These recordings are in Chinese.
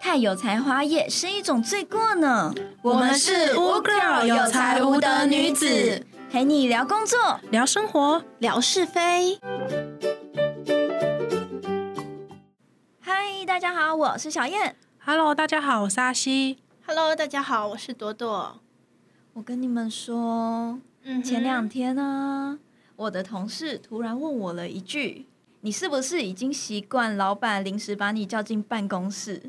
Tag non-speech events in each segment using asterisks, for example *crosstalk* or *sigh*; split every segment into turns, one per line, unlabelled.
菜啊有才华也是一种罪过呢。
我们是无 girl 有才无德女子，
陪你聊工作。
聊生活，
聊是非。
嗨，大家好，我是小燕。
Hello，大家好，我是阿西。
Hello，大家好，我是朵朵。
我跟你们说，
嗯
前两天啊呢、我的同事突然问我了一句：“你是不是已经习惯老板临时把你叫进办公室，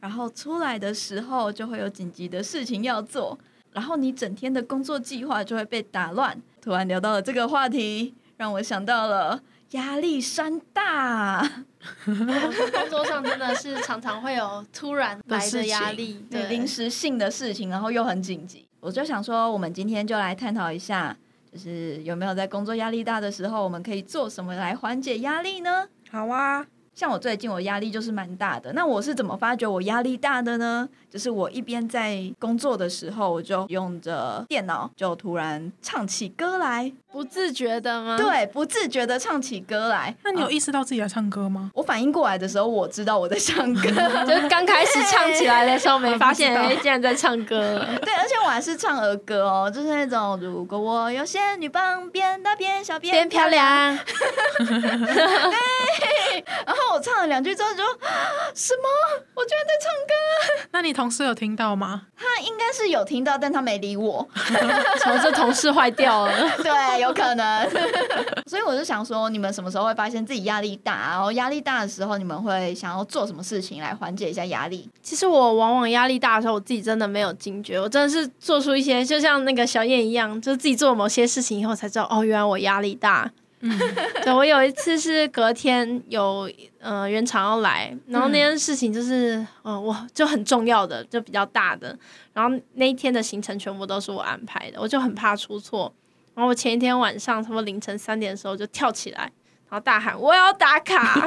然后出来的时候就会有紧急的事情要做，然后你整天的工作计划就会被打乱？”突然聊到了这个话题，让我想到了压力山大，
工作上真的是常常会有突然来的压
*laughs*
力，
对
对，
临时性的事情，然后又很紧急。我就想说，我们今天就来探讨一下，就是有没有在工作压力大的时候，我们可以做什么来缓解压力呢？
好啊，
像我最近我压力就是蛮大的，那我是怎么发觉我压力大的呢？就是我一边在工作的时候，我就用着电脑，就突然唱起歌来，
不自觉的吗？，
对，不自觉的唱起歌来。
那你有
啊
意识到自己在唱歌吗？
我反应过来的时候，我知道我在唱歌，
就是刚开始唱起来的时候没发 *laughs* 现，哎，竟然在唱歌 *laughs* 了。
对，而且我还是唱儿歌哦，就是那种如果我有仙女棒，变大变小变
变漂。亮，
然后我唱了两句之后就说，什么？我居然在唱歌？
那你同事有听到吗？ *laughs*
他应该是有听到，但他没理我。
从这同事坏掉了。
*laughs* 对，有可能。 *laughs* 所以我就想说，你们什么时候会发现自己压力大？然后压力大的时候，你们会想要做什么事情来缓解一下压力？
其实我往往压力大的时候，我自己真的没有警觉，我真的是做出一些就像那个小燕一样，就是自己做某些事情以后才知道，哦，原来我压力大。
嗯，
*laughs* 对，我有一次是隔天有呃原厂要来，然后那件事情就是呃我就很重要的，就比较大的，然后那一天的行程全部都是我安排的，我就很怕出错。然后我前一天晚上差不多凌晨三点的时候就跳起来，然后大喊我要打卡，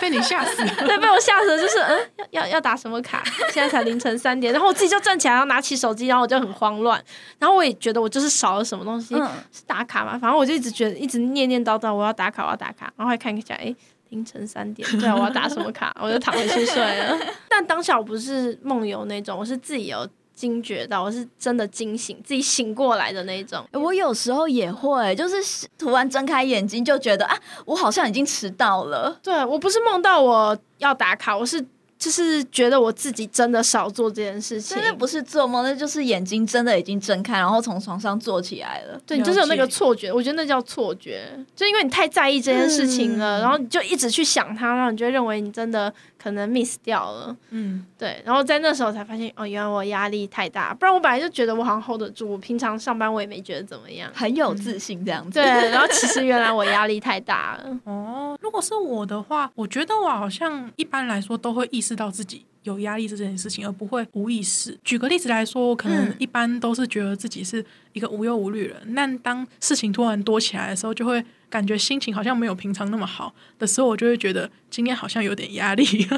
被你吓死。
*laughs* 对，被我吓死了，就是嗯要要要打什么卡？现在才凌晨三点，然后我自己就站起来，然后拿起手机，然后我就很慌乱，然后我也觉得我就是少了什么东西，
嗯，
是打卡嘛，反正我就一直觉得一直念念叨叨，我要打卡，我要打卡，然后还看一下，哎、凌晨三点，对啊，我要打什么卡？我就躺回去睡了。 *laughs* 但当下我不是梦游那种，我是自己有惊觉到，我是真的惊醒，自己醒过来的那种。
我有时候也会，就是突然睁开眼睛就觉得啊，我好像已经迟到了。
对我不是梦到我要打卡，我是就是觉得我自己真的少做这件事情
真。的不是做梦，那就是眼睛真的已经睁开，然后从床上坐起来了。。
对你就是有那个
了解
错觉，我觉得那叫错觉，就因为你太在意这件事情
嗯
了，然后你就一直去想它，然后你就会认为你真的可能 miss 掉了。
*laughs* 嗯，
对，然后在那时候才发现，哦，原来我压力太大，不然我本来就觉得我好像 hold 得住，我平常上班我也没觉得怎么样
很有自信这样子
对，，然后其实原来我压力太大了，
哦，如果是我的话，我觉得我好像一般来说都会意识到自己。有压力这件事情，而不会无意识。举个例子来说，我可能
嗯
一般都是觉得自己是一个无忧无虑人，但当事情突然多起来的时候，就会感觉心情好像没有平常那么好的时候，我就会觉得今天好像有点压力， *laughs*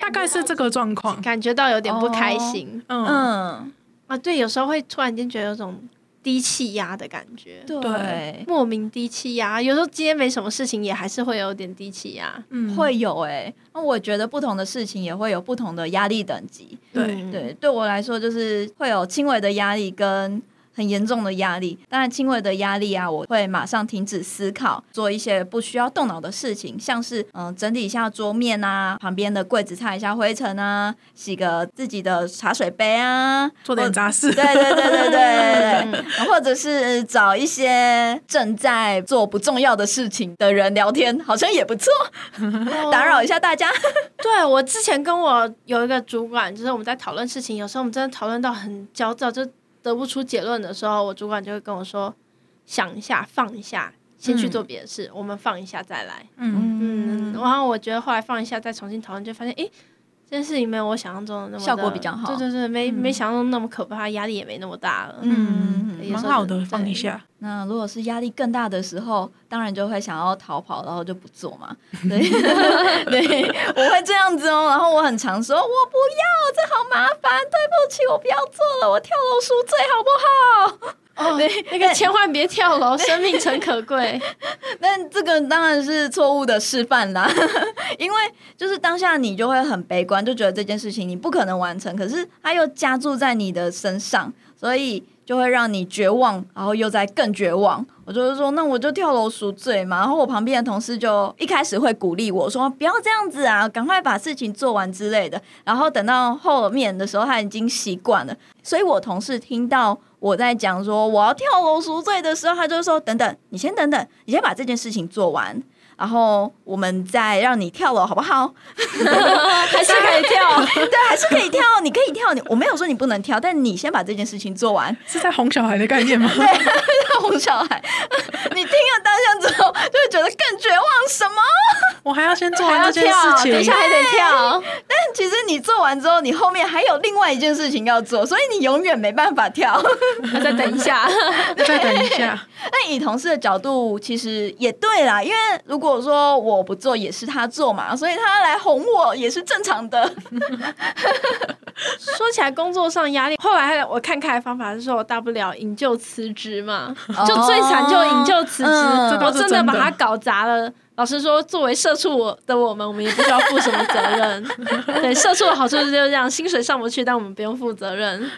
大概是这个状况。
感觉到有点不开心、
嗯，
嗯，
啊。对，有时候会突然间觉得有种低气压的感觉，
对，
莫名低气压。有时候今天没什么事情，也还是会有点低气压。
嗯
会有哎、那我觉得不同的事情也会有不同的压力等级。
对，
嗯
对，对我来说就是会有轻微的压力跟很严重的压力。当然，轻微的压力啊，我会马上停止思考，做一些不需要动脑的事情，像是嗯、呃整理一下桌面啊，旁边的柜子擦一下灰尘啊，洗个自己的茶水杯啊，
做点杂事
对。对对对对对对，然后或者是找一些正在做不重要的事情的人聊天，好像也不错，打扰一下大家。
对我之前跟我有一个主管，就是我们在讨论事情，有时候我们真的讨论到很焦躁，就得不出结论的时候，我主管就会跟我说：“想一下，放一下，先
嗯
去做别的事，我们放一下再来。
*laughs* 嗯，”
嗯，然后我觉得后来放一下再重新讨论，就发现诶，这件事情没有我想象中的那么的
效果比较好
对对对，没、
嗯
没想象中那么可怕，压力也没那么大了。 *laughs*
嗯
也
蛮
是
好的，
对
放一下。
那如果是压力更大的时候，当然就会想要逃跑，然后就不做嘛。 *laughs* 对，对，我会这样子哦。然后我很常说，我不要，这好麻烦，对不起，我不要做了，我跳楼赎罪好不好？ *laughs* *laughs*
哦，那个千万别跳楼，生命诚可贵。
那这个当然是错误的示范啦， *laughs* 因为就是当下你就会很悲观，就觉得这件事情你不可能完成，可是它又加注在你的身上，所以就会让你绝望，然后又在更绝望。我就是说，那我就跳楼赎罪嘛。然后我旁边的同事就一开始会鼓励我说：“不要这样子啊，赶快把事情做完之类的。”然后等到后面的时候，他已经习惯了。所以我同事听到我在讲说我要跳楼赎罪的时候，他就说：“等等，你先等等，你先把这件事情做完，然后我们再让你跳楼，好不好？
还是可以跳。
*laughs* 对，还是可以跳，你可以跳，你我没有说你不能跳，但你先把这件事情做完。”
是在哄小孩的概念吗？
*laughs* 哄小孩，你听了当下之后，就会觉得更绝望。什么？
*laughs* 我还要先做
还
完
啊
要
这件
跳，等
事
*laughs*
一
情。
下还得 *laughs* 跳，
但其实你做完之后，你后面还有另外一件事情要做，所以你永远没办法跳。 *laughs*
还再等一下。
再等一下，
*laughs*
但以同事的角度，其实也对啦，因为如果说我不做，也是他做嘛，所以他来哄我也是正常的。
说起来工作上压力，后来我看开的方法是说我大不了引咎辞职嘛，就最惨就引咎辞职，
嗯
哦
我真
这倒是真的
把它搞砸了。老实说，作为社畜我的我们，我们也不需要负什么责
*laughs*
任。对，社畜的好处就是这样，薪水上不去，但我们不用负
*laughs*
责任。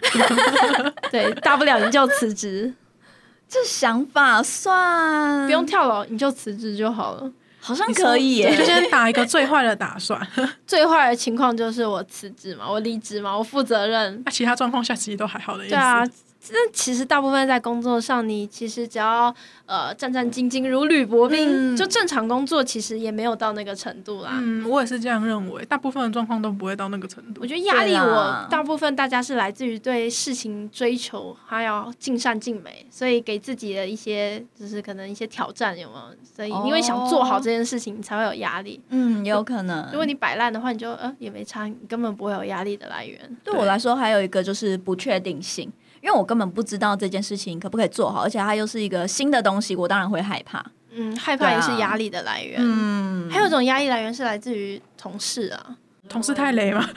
对，大不了你就辞职，
*laughs* 这想法算
不用，跳楼，你就辞职就好了。
好像可以耶、
就先打一个最坏的打算。
最坏的情况就是我辞职嘛，我离职嘛，我负责任。
那其他状况下其实都还好的意思。
嗯
对啊，那其实大部分在工作上，你其实只要呃战战兢兢如履薄冰，
嗯
就正常工作，其实也没有到那个程度啦。
嗯，我也是这样认为，大部分的状况都不会到那个程度
我。觉得压力
对
我，
啦
大部分大家是来自于对事情追求，还要尽善尽美，所以给自己的一些就是可能一些挑战有没有？所以
哦
因为想做好这件事情，你才会有压力。
*laughs* 嗯，有可能。
如果你摆烂的话，你就呃也没差，你根本不会有压力的来源。
对我来说，还有一个就是不确定性，因为我根本不知道这件事情可不可以做好，而且它又是一个新的东西，我当然会害怕。
嗯，害怕
对
也
啊
是压力的来源。
嗯，
还有一种压力来源是来自于同事啊，
同事太累嘛，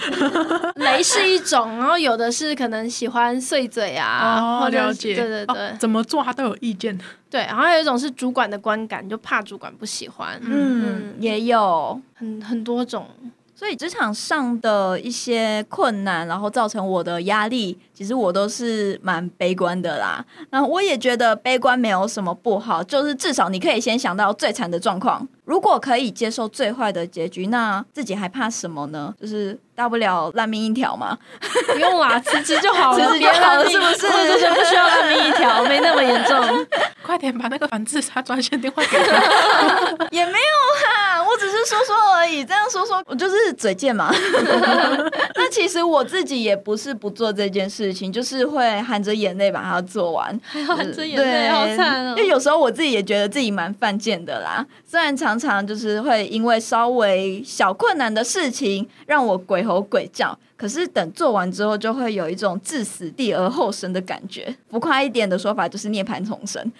雷是一种，然后有的是可能喜欢碎嘴啊，
哦，
或者是
了解，
对对对、
哦怎么做他都有意见。
对，然后还有一种是主管的观感，就怕主管不喜欢，
嗯，也有。
很很多种。
所以职场上的一些困难，然后造成我的压力，其实我都是蛮悲观的啦。那我也觉得悲观没有什么不好，就是至少你可以先想到最惨的状况，如果可以接受最坏的结局，那自己还怕什么呢？就是大不了烂命一条嘛。
不用啦，辞职就好了，
*laughs* 辞职就好了
哦别烂命哦
是不是
我就是不需要烂命一条，没那么严重。
快点把那个反自杀专线电话给他。 *laughs*
*laughs* 也没有啦，我只是说说而已。这样说说，我就是嘴贱嘛。 *laughs* 那其实我自己也不是不做这件事情，就是会含着眼泪把它做完。
*laughs* 含着眼泪，好惨哦
就。有时候我自己也觉得自己蛮犯贱的啦，虽然常常就是会因为稍微小困难的事情让我鬼吼鬼叫，可是等做完之后就会有一种置死地而后生的感觉。浮夸一点的说法就是涅槃重生。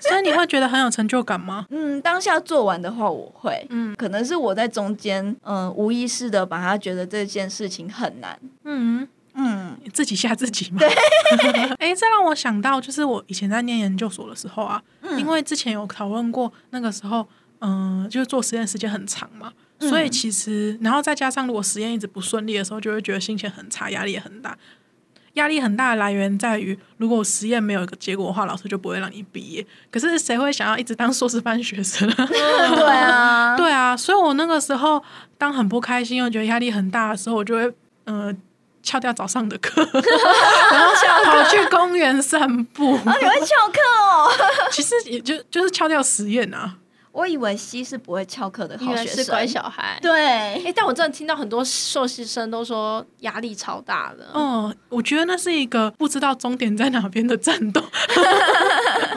所以你会觉得很有成就感吗？
嗯，当下做完的话，我会，
嗯
嗯，可能是我在中间，嗯、无意识的把他觉得这件事情很难，
嗯，
嗯，
自己吓自己嘛。 *laughs* 哎、这让我想到，就是我以前在念研究所的时候啊，因为之前有讨论过，那个时候，嗯、就是做实验时间很长嘛，所以其实，然后再加上如果实验一直不顺利的时候，就会觉得心情很差，压力也很大。压力很大的来源在于，如果实验没有一个结果的话，老师就不会让你毕业。可是谁会想要一直当硕士班学
*laughs*
生？
对啊，
对啊，所以我那个时候当很不开心又觉得压力很大的时候，我就会呃翘掉早上的
*laughs*
课，然后跑去公园散步。
啊，你会翘课哦？
其实也就就是翘掉实验啊，
我以为西是不会翘课的
因
好
为
学
是
生，
乖小孩。
对
哎、，但我真的听到很多硕士生都说压力超大的。
哦，我觉得那是一个不知道终点在哪边的战
*laughs*
斗。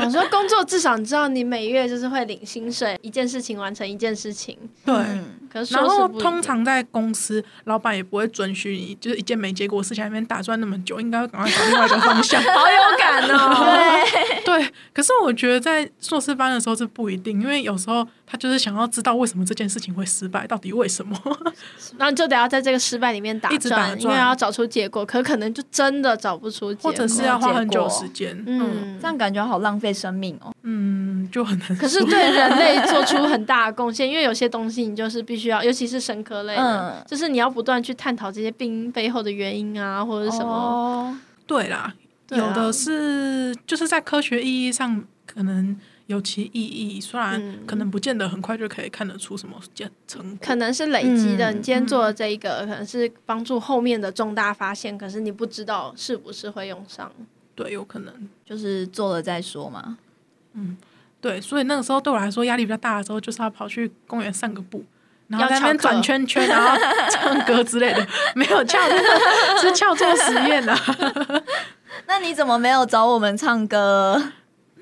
我说工作至少你知道你每月就是会领薪水，一件事情完成一件事情。
*laughs*
对。
嗯
可是
然
硕士
后
不一定
通常在公司，老板也不会准许你，就是一件没结果的事情还没打转那么久，应该要赶快找另外一个方向。
好有感哦。
*laughs* 对，
*laughs* 对，可是我觉得在硕士班的时候是不一定，因为有时候他就是想要知道为什么这件事情会失败，到底为什么？
然后你就得要在这个失败里面打
一直打
转，
转
因为要找出结果，可可能就真的找不出结果，
或者是要花很久时间。嗯
嗯，
这样感觉好浪费生命哦。
嗯，就很难
可是
说
对人类做出很大的贡献，因为有些东西你就是必须要， *laughs* 尤其是神科类的，
嗯
就是你要不断去探讨这些病因背后的原因啊，或者是什么。
哦
对啦，
*laughs* 对啊
有的是就是在科学意义上可能有其意义，虽然
嗯
可能不见得很快就可以看得出什么结成果。
可能是累积的，
嗯
你今天做的这一个，可能是帮助后面的重大发现，可是你不知道是不是会用上。
对，有可能。
就是做了再说嘛。
对，所以那个时候对我来说压力比较大的时候，就是要跑去公园散个步，然后
要
在那边
翘课
转圈圈，然后唱歌之类的，没有翘课，是翘做实验啊。 *laughs*
那你怎么没有找我们唱歌？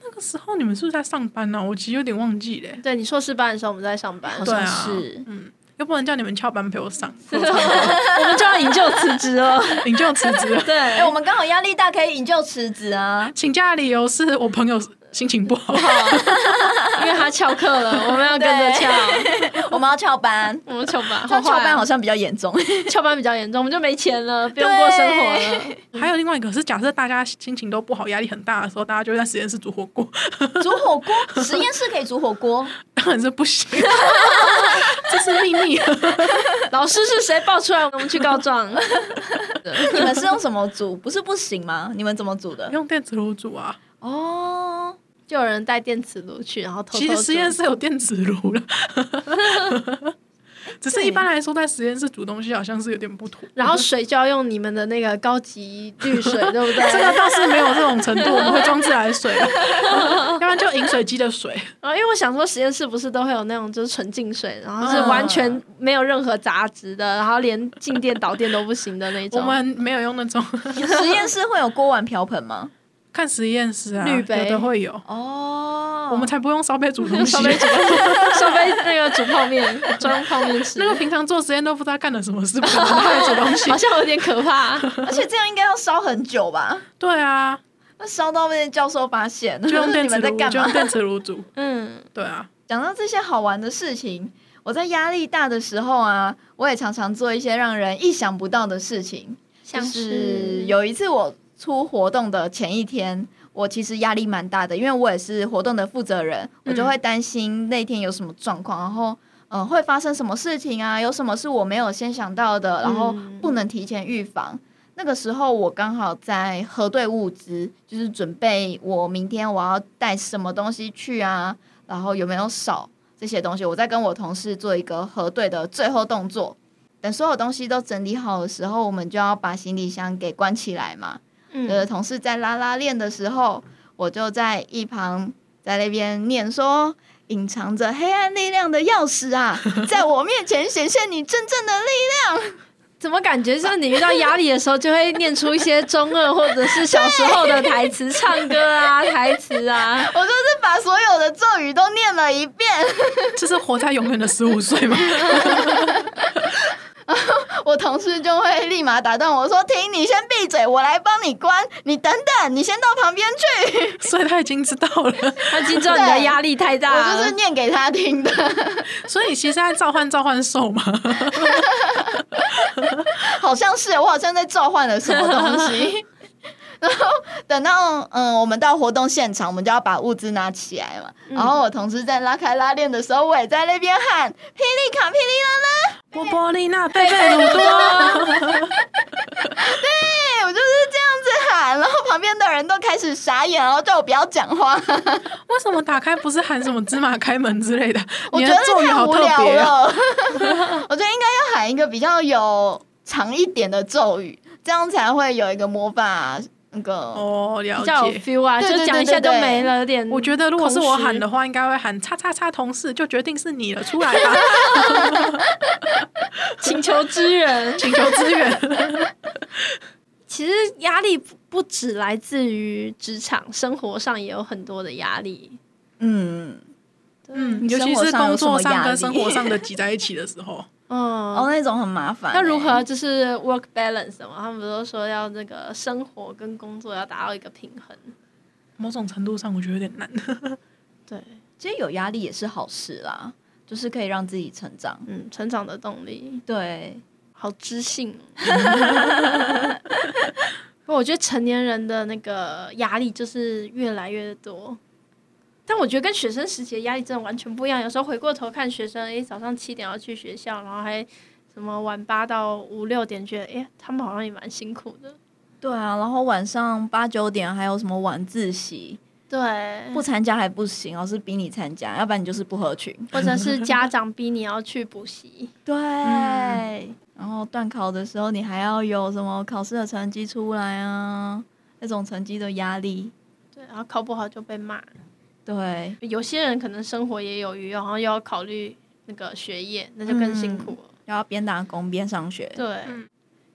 那个时候你们是不是在上班啊呢、我其实有点忘记嘞。
对你硕士班的时候，我们在上班，
好
对
像
啊
是，
又不能叫你们翘班陪我上，
*laughs* 我们就要引咎辞职哦了。
你就辞职了。 *laughs*
哎、
对，
我们刚好压力大，可以引咎辞职啊。
请假的理由是我朋友心情不好，
因为他翘课了，我们要跟着翘，
*laughs* 我们要翘班，
我们翘 *laughs* 班，
但翘
坏
班
啊
好像比较严重。
*laughs* 翘班比较严重，我们就没钱了，不用过生活了。
*laughs* 还有另外一个是，假设大家心情都不好、压力很大的时候，大家就会在实验室煮火锅，
*laughs* 煮火锅，实验室可以煮火锅，
当然是不行， *laughs* 这是秘密。
*laughs*
*laughs*
老师是谁爆出来，我们去告状。 *laughs*
你们是用什么煮？不是不行吗？你们怎么煮
*laughs*
的？
用电磁炉煮啊，
哦，
就有人带电磁炉去，然后偷偷
其实实验
煮
室有电磁炉
*laughs*
了，只是一般来说，在实验室煮东西好像是有点不妥。
然后水就要用你们的那个高级
*laughs*
滤水，对不
这
对？
个倒是没有这种程度，我们会装自来水，啊要不然就饮水机的水。
*laughs* 然后因为我想说，实验室不是都会有那种就是纯净水，然后是完
嗯
全没有任何杂质的，然后连静电导电都不行的那
我
种。
们没有用那种
实验室会有锅碗瓢盆吗？
看实验室啊，
滤
有
杯
的会有，
哦，
我们才不用烧杯煮东西
烧。杯煮，烧杯那个煮泡面，装泡面吃，
那个平常做实验都不知道干了什么事，不可能会煮东
*laughs*
西
好。像有点可怕。
*laughs*
而且这样应该要烧很久吧？
对啊，
那烧到被教授发现，
就用电
你
*laughs*
磁
们在
炉，
干
就用
嘛？
电磁炉煮。
嗯，
对啊，
讲到这些好玩的事情，我在压力大的时候啊，我也常常做一些让人意想不到的事情。
像
就是有一次我出活动的前一天，我其实压力蛮大的，因为我也是活动的负责人，我就会担心那天有什么状况，然后嗯、呃会发生什么事情啊，有什么是我没有先想到的，然后
嗯
不能提前预防。那个时候我刚好在核对物资，就是准备我明天我要带什么东西去啊，然后有没有少这些东西，我在跟我同事做一个核对的最后动作。等所有东西都整理好的时候，我们就要把行李箱给关起来嘛。我的
嗯，
同事在拉拉链的时候，我就在一旁在那边念说：“隐藏着黑暗力量的钥匙啊，在我面前显现你真正的 *laughs* 力。
怎么感觉就是你遇到压力的时候，就会念出一些中二或者是小时候的台词，唱歌啊，台词啊”，
*laughs* 我就是把所有的咒语都念了一遍。 *laughs*
这是活在永远的十五岁嘛？
我同事就会立马打断我说：“停，你先闭嘴，我来帮你关。你等等，你先到旁边去。
*laughs* *laughs* 所以他已经知道了， *laughs*
他已经知道你的压力太”大了。
我就是念给他听的，
所以你其实在召唤召唤兽嘛。
好像是我好像在召唤了什么东
*laughs*
西。然后等到嗯，我们到活动现场，我们就要把物资拿起来嘛。
嗯
然后我同事在拉开拉链的时候，我也在那边喊“霹雳卡霹雳啦啦
波波丽娜、贝贝鲁
哎
多，”，
对我就是这样子喊，然后旁边的人都开始傻眼，然后叫我不要讲
*laughs*
话。
为什么打开不是喊什么芝麻开门之类的？
我
你
觉
的
得
咒语
太
好
无
特
聊
别哦。
了， *laughs* 我觉得应该要喊一个比较有长一点的咒语，这样才会有一个魔法那个。
哦，
比
了
较有
解。
feel 啊，
对对
就讲一下就没了，有点。
我觉得如果是我喊的话，应该会喊“叉叉叉同事”，就决定是你了，出来吧，
请求支援，
请求支援。
*laughs* 其实压力不不只来自于职场，生活上也有很多的压力。
嗯，
嗯，
生
尤其
活
是
上有
工作
什么
上
压
跟
力
生活上的挤在一起的时候，
嗯，
哦，那种很麻烦、
那如？何就是 work balance 的嘛？他们不都说要那个生活跟工作要达到一个平衡？
某种程度上我觉得有点难。
对，
其实有压力也是好事啦，就是可以让自己成长。
嗯，成长的动力，
对，
好知性哦。 *laughs* 不，我觉得成年人的那个压力就是越来越多。但我觉得跟学生时期的压力真的完全不一样。有时候回过头看学生，诶，早上七点要去学校，然后还什么晚八到五六点，觉得诶，他们好像也蛮辛苦的。
对啊，然后晚上八九点还有什么晚自习，
对，
不参加还不行，老师逼你参加，要不然你就是不合群。
或者是家长逼你要去补习，
对，嗯然后段考的时候你还要有什么考试的成绩出来啊，那种成绩的压力。
对，然后考不好就被骂。
对，
有些人可能生活也有余，然后又要考虑那个学业，那就更辛苦了。
又要边打工边上学。
嗯对，
嗯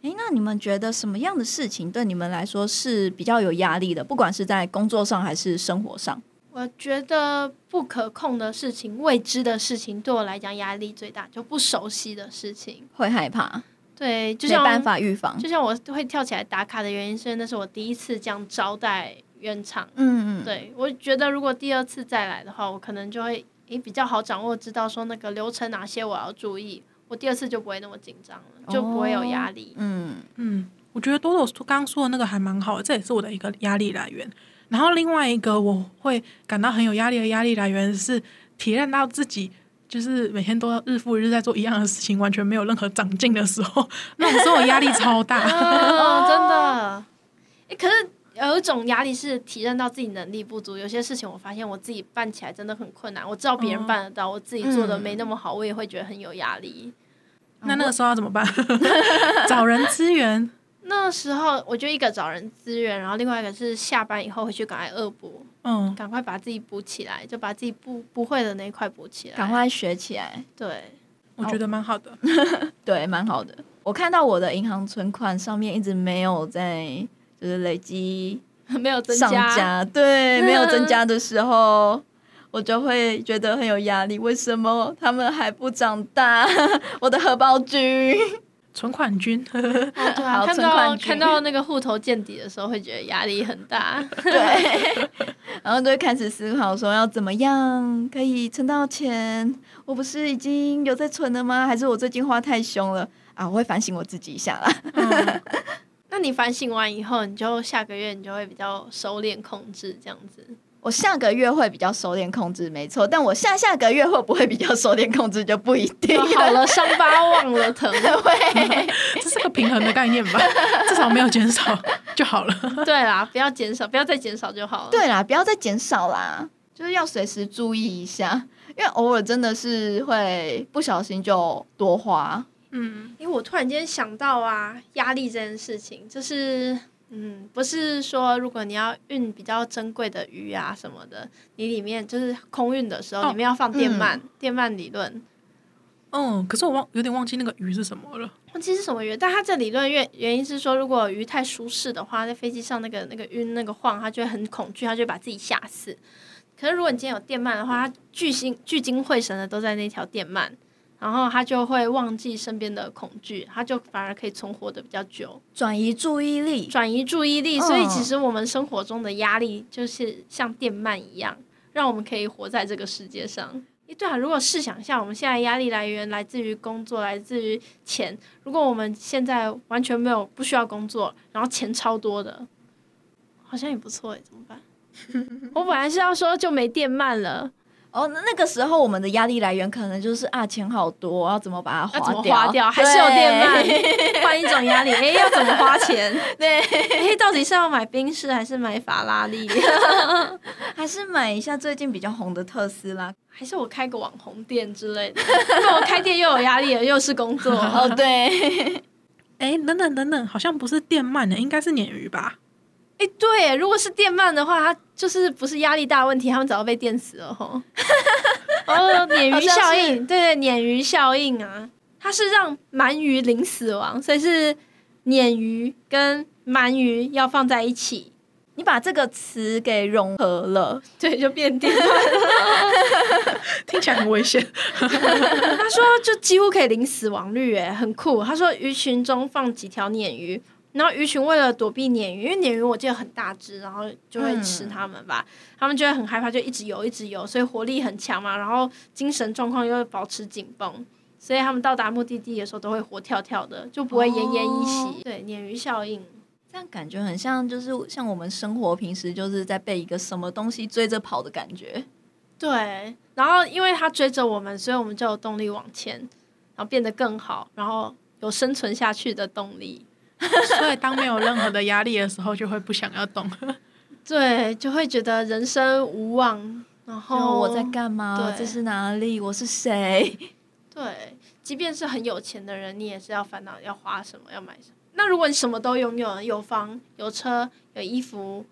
诶，那你们觉得什么样的事情对你们来说是比较有压力的？不管是在工作上还是生活上。
我觉得不可控的事情、未知的事情，对我来讲压力最大，就不熟悉的事情。
会害怕，
对，就
没
像
办法预防。
就像我会跳起来打卡的原因是，那是我第一次这样招待原厂。
嗯嗯，
对我觉得，如果第二次再来的话，我可能就会也比较好掌握，知道说那个流程哪些我要注意，我第二次就不会那么紧张了，就不会有压力。
嗯，
嗯，我觉得多多刚刚说的那个还蛮好的，这也是我的一个压力来源。然后另外一个我会感到很有压力的压力来源是体验到自己就是每天都要日复一日在做一样的事情，完全没有任何长进的时候， *laughs* 那种时候我压力
*laughs*
超大。
哦，真的。诶可是有一种压力是体认到自己能力不足，有些事情我发现我自己办起来真的很困难。我知道别人办得到，我自己做的没那么好，我也会觉得很有压力。
*laughs* 那那个时候要怎么办？找人支援。
嗯
那时候我就一个找人资源，然后另外一个是下班以后回去赶快恶补，
嗯，
赶快把自己补起来，就把自己不不会的那一块补起来。
赶快学起来，
对， *laughs*
我觉得蛮好的。
对，蛮好的。我看到我的银行存款上面一直没有在，就是累积
没有增
上
加。
加，对，没有增加的时候，我就会觉得很有压力。为什么他们还不长大？ *laughs* 我的荷包君，
存款君， *laughs*
哦对啊，
好
看
存款
到
局
看到那个户头见底的时候，会觉得压力很大。
对， *laughs* 然后就会开始思考说要怎么样可以存到钱。我不是已经有在存了吗？还是我最近花太凶了啊？我会反省我自己一下啦。
嗯，
那你反省完以后，你就下个月你就会比较收敛控制这样子。
我下个月会比较收敛控制，没错，但我下下个月会不会比较收敛控制就不一
*laughs*
定
*laughs* 就好了，伤疤忘了 *laughs* 疼。
这是个平衡的概念吧，至少没有减少就好了。
对啦，不要减少，不要再减少就好了。，
对啦，不要再减少啦，就是要随时注意一下，因为偶尔真的是会不小心就多花。
嗯
因为我突然间想到啊，压力这件事情，就是嗯，不是说如果你要运比较珍贵的鱼啊什么的，你里面就是空运的时
哦
候，里面要放电鳗，电鳗理论。
嗯，可是我忘有点忘记那个鱼是什么了。
忘记是什么原因，但它这理论原原因是说，如果鱼太舒适的话，在飞机上那个那个晕那个晃，它就会很恐惧，它就会把自己吓死。可是如果你今天有电鳗的话，它聚精聚精会神的都在那条电鳗，然后它就会忘记身边的恐惧，它就反而可以存活的比较久，
转移注意力，
转移注意力。
嗯
所以其实我们生活中的压力就是像电鳗一样，让我们可以活在这个世界上。诶对啊，如果试想一下，我们现在压力来源来自于工作，来自于钱。如果我们现在完全没有不需要工作，然后钱超多的，好像也不错诶，怎么 *laughs* 办？我本来是要说就没电鳗了，
哦，那那个时候我们的压力来源可能就是啊，钱好多，我要怎么把它
要
花
怎么
掉？
花掉？还是有电鳗，换一种压力。诶，要怎么花
*laughs*
钱？对， *laughs* 诶，到底是要买冰室还是买法拉利？
对，还是买一下最近比较红的特斯拉。
*laughs* 还是我开个网红店之类的？因为我开店又有压力了，又是工
*laughs*
作。
哦，对，
哎，等等等等，好像不是电鳗欸的，应该是鲶鱼 *laughs* 吧？
哎、对，如果是电鳗的话，它就是不是压力大的问题，他们早就被电死了吼。哦，鲶
好
鱼
像
效
是
应，对对，鲶鱼效应啊，它是让鳗鱼零死亡，所以是鲶鱼跟鳗鱼要放在一起，
*laughs* 你把这个词给融合了，
对，就变电鳗。
听起来很危险。
他说就几乎可以零死亡率，哎，很酷。他说鱼群中放几条鲶鱼，然后鱼群为了躲避鲶鱼，因为鲶鱼我记得很大只，然后就会吃它们吧，它们就会很害怕，就一直游一直游，所以活力很强嘛，然后精神状况又保持紧绷。所以他们到达目的地的时候都会活跳跳的，就不会奄奄一息。
哦
对，鲶鱼效应。
这样感觉很像，就是像我们生活平时就是在被一个什么东西追着跑的感觉。
对，然后因为他追着我们，所以我们就有动力往前，然后变得更好，然后有生存下去的动力。
*laughs* 所以当没有任何的压力的时候，就会不想要动。
对，就会觉得人生无望。然后
后我在干嘛？
哦对
这是哪里？我是谁？
对，即便是很有钱的人，你也是要烦恼要花什么，要买什么。那如果你什么都拥有，有房、有车、有衣服，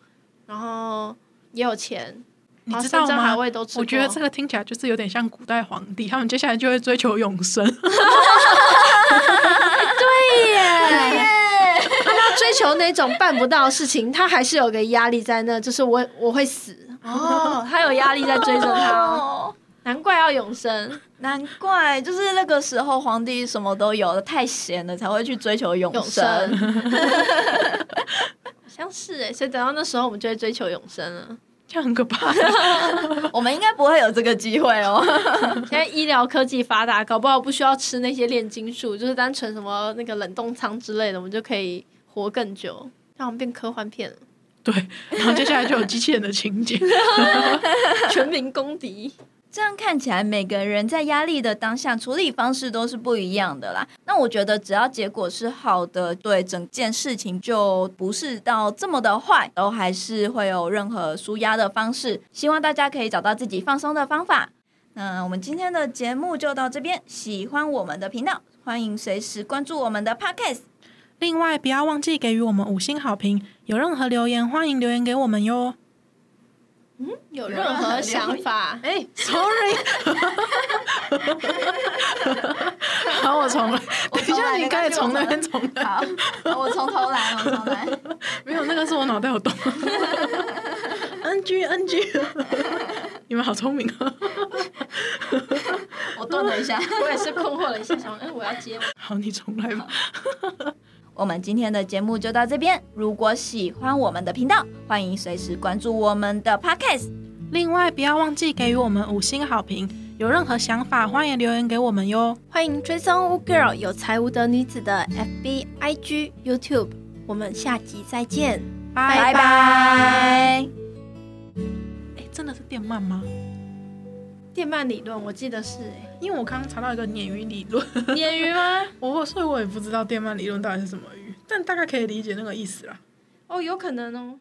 然后也有钱， *laughs*
你
然后
知道
山珍海
吗？
味都吃
我觉得
过
这个听起来就是有点像古代皇帝，他们接下来就会追求永 *laughs* 生。
他追求那种办不到的事情，他还是有个压力在那，就是我我会死哦，他有压力在追着 *laughs* 他，
哦，
难怪要永生
难怪就是那个时候皇帝什么都有了，太闲了才会去追求永
永
生。
生，好 *laughs* 像是哎，所以等到那时候我们就会追求永生了。
这样很可怕。
我们应该不会有这个机会哦。
*laughs* 现在医疗科技发达，搞不好不需要吃那些炼金术，就是单纯什么那个冷冻舱之类的，我们就可以活更久，让我们变科幻片 *laughs* 了，
*laughs* 对，然后接下来就有机器人的情节。
全民公敌。
这样看起来，每个人在压力的当下处理方式都是不一样的啦。那我觉得，只要结果是好的，对整件事情就不是到这么的坏，都还是会有任何舒压的方式。希望大家可以找到自己放松的方法。那我们今天的节目就到这边。喜欢我们的频道，欢迎随时关注我们的 Podcast。
*laughs* 另外，不要忘记给予我们五星好评。有任何留言，欢迎留言给我们哟。
有任何想法？哎、
*laughs* 好，我重来。等一
重
下，
来
你
没
刚才
关系我
从那
重
边重来。
好，我从头来，我从头来。
没有，那个是我脑袋有 *laughs* 洞。NG NG，你们好聪明啊！
我顿了一下。
我也是困惑了一下，想，哎、我要接吗？
好，你重来吧。
我们今天的节目就到这边。如果喜欢我们的频道，欢迎随时关注我们的 Podcast。
另外，不要忘记给予我们五星好评。有任何想法，欢迎留言给我们哟。
欢迎追踪乌 girl 有才无德女子的 FB、IG、YouTube，我们下集再见。
拜拜。
哎，真的是电鳗吗？
电鳗理论，我记得是哎、
因为我刚刚查到一个鲶鱼理论，
*laughs* 鲶鱼吗？
我所以我也不知道电鳗理论到底是什么鱼，但大概可以理解那个意思啦。
哦，有可能哦。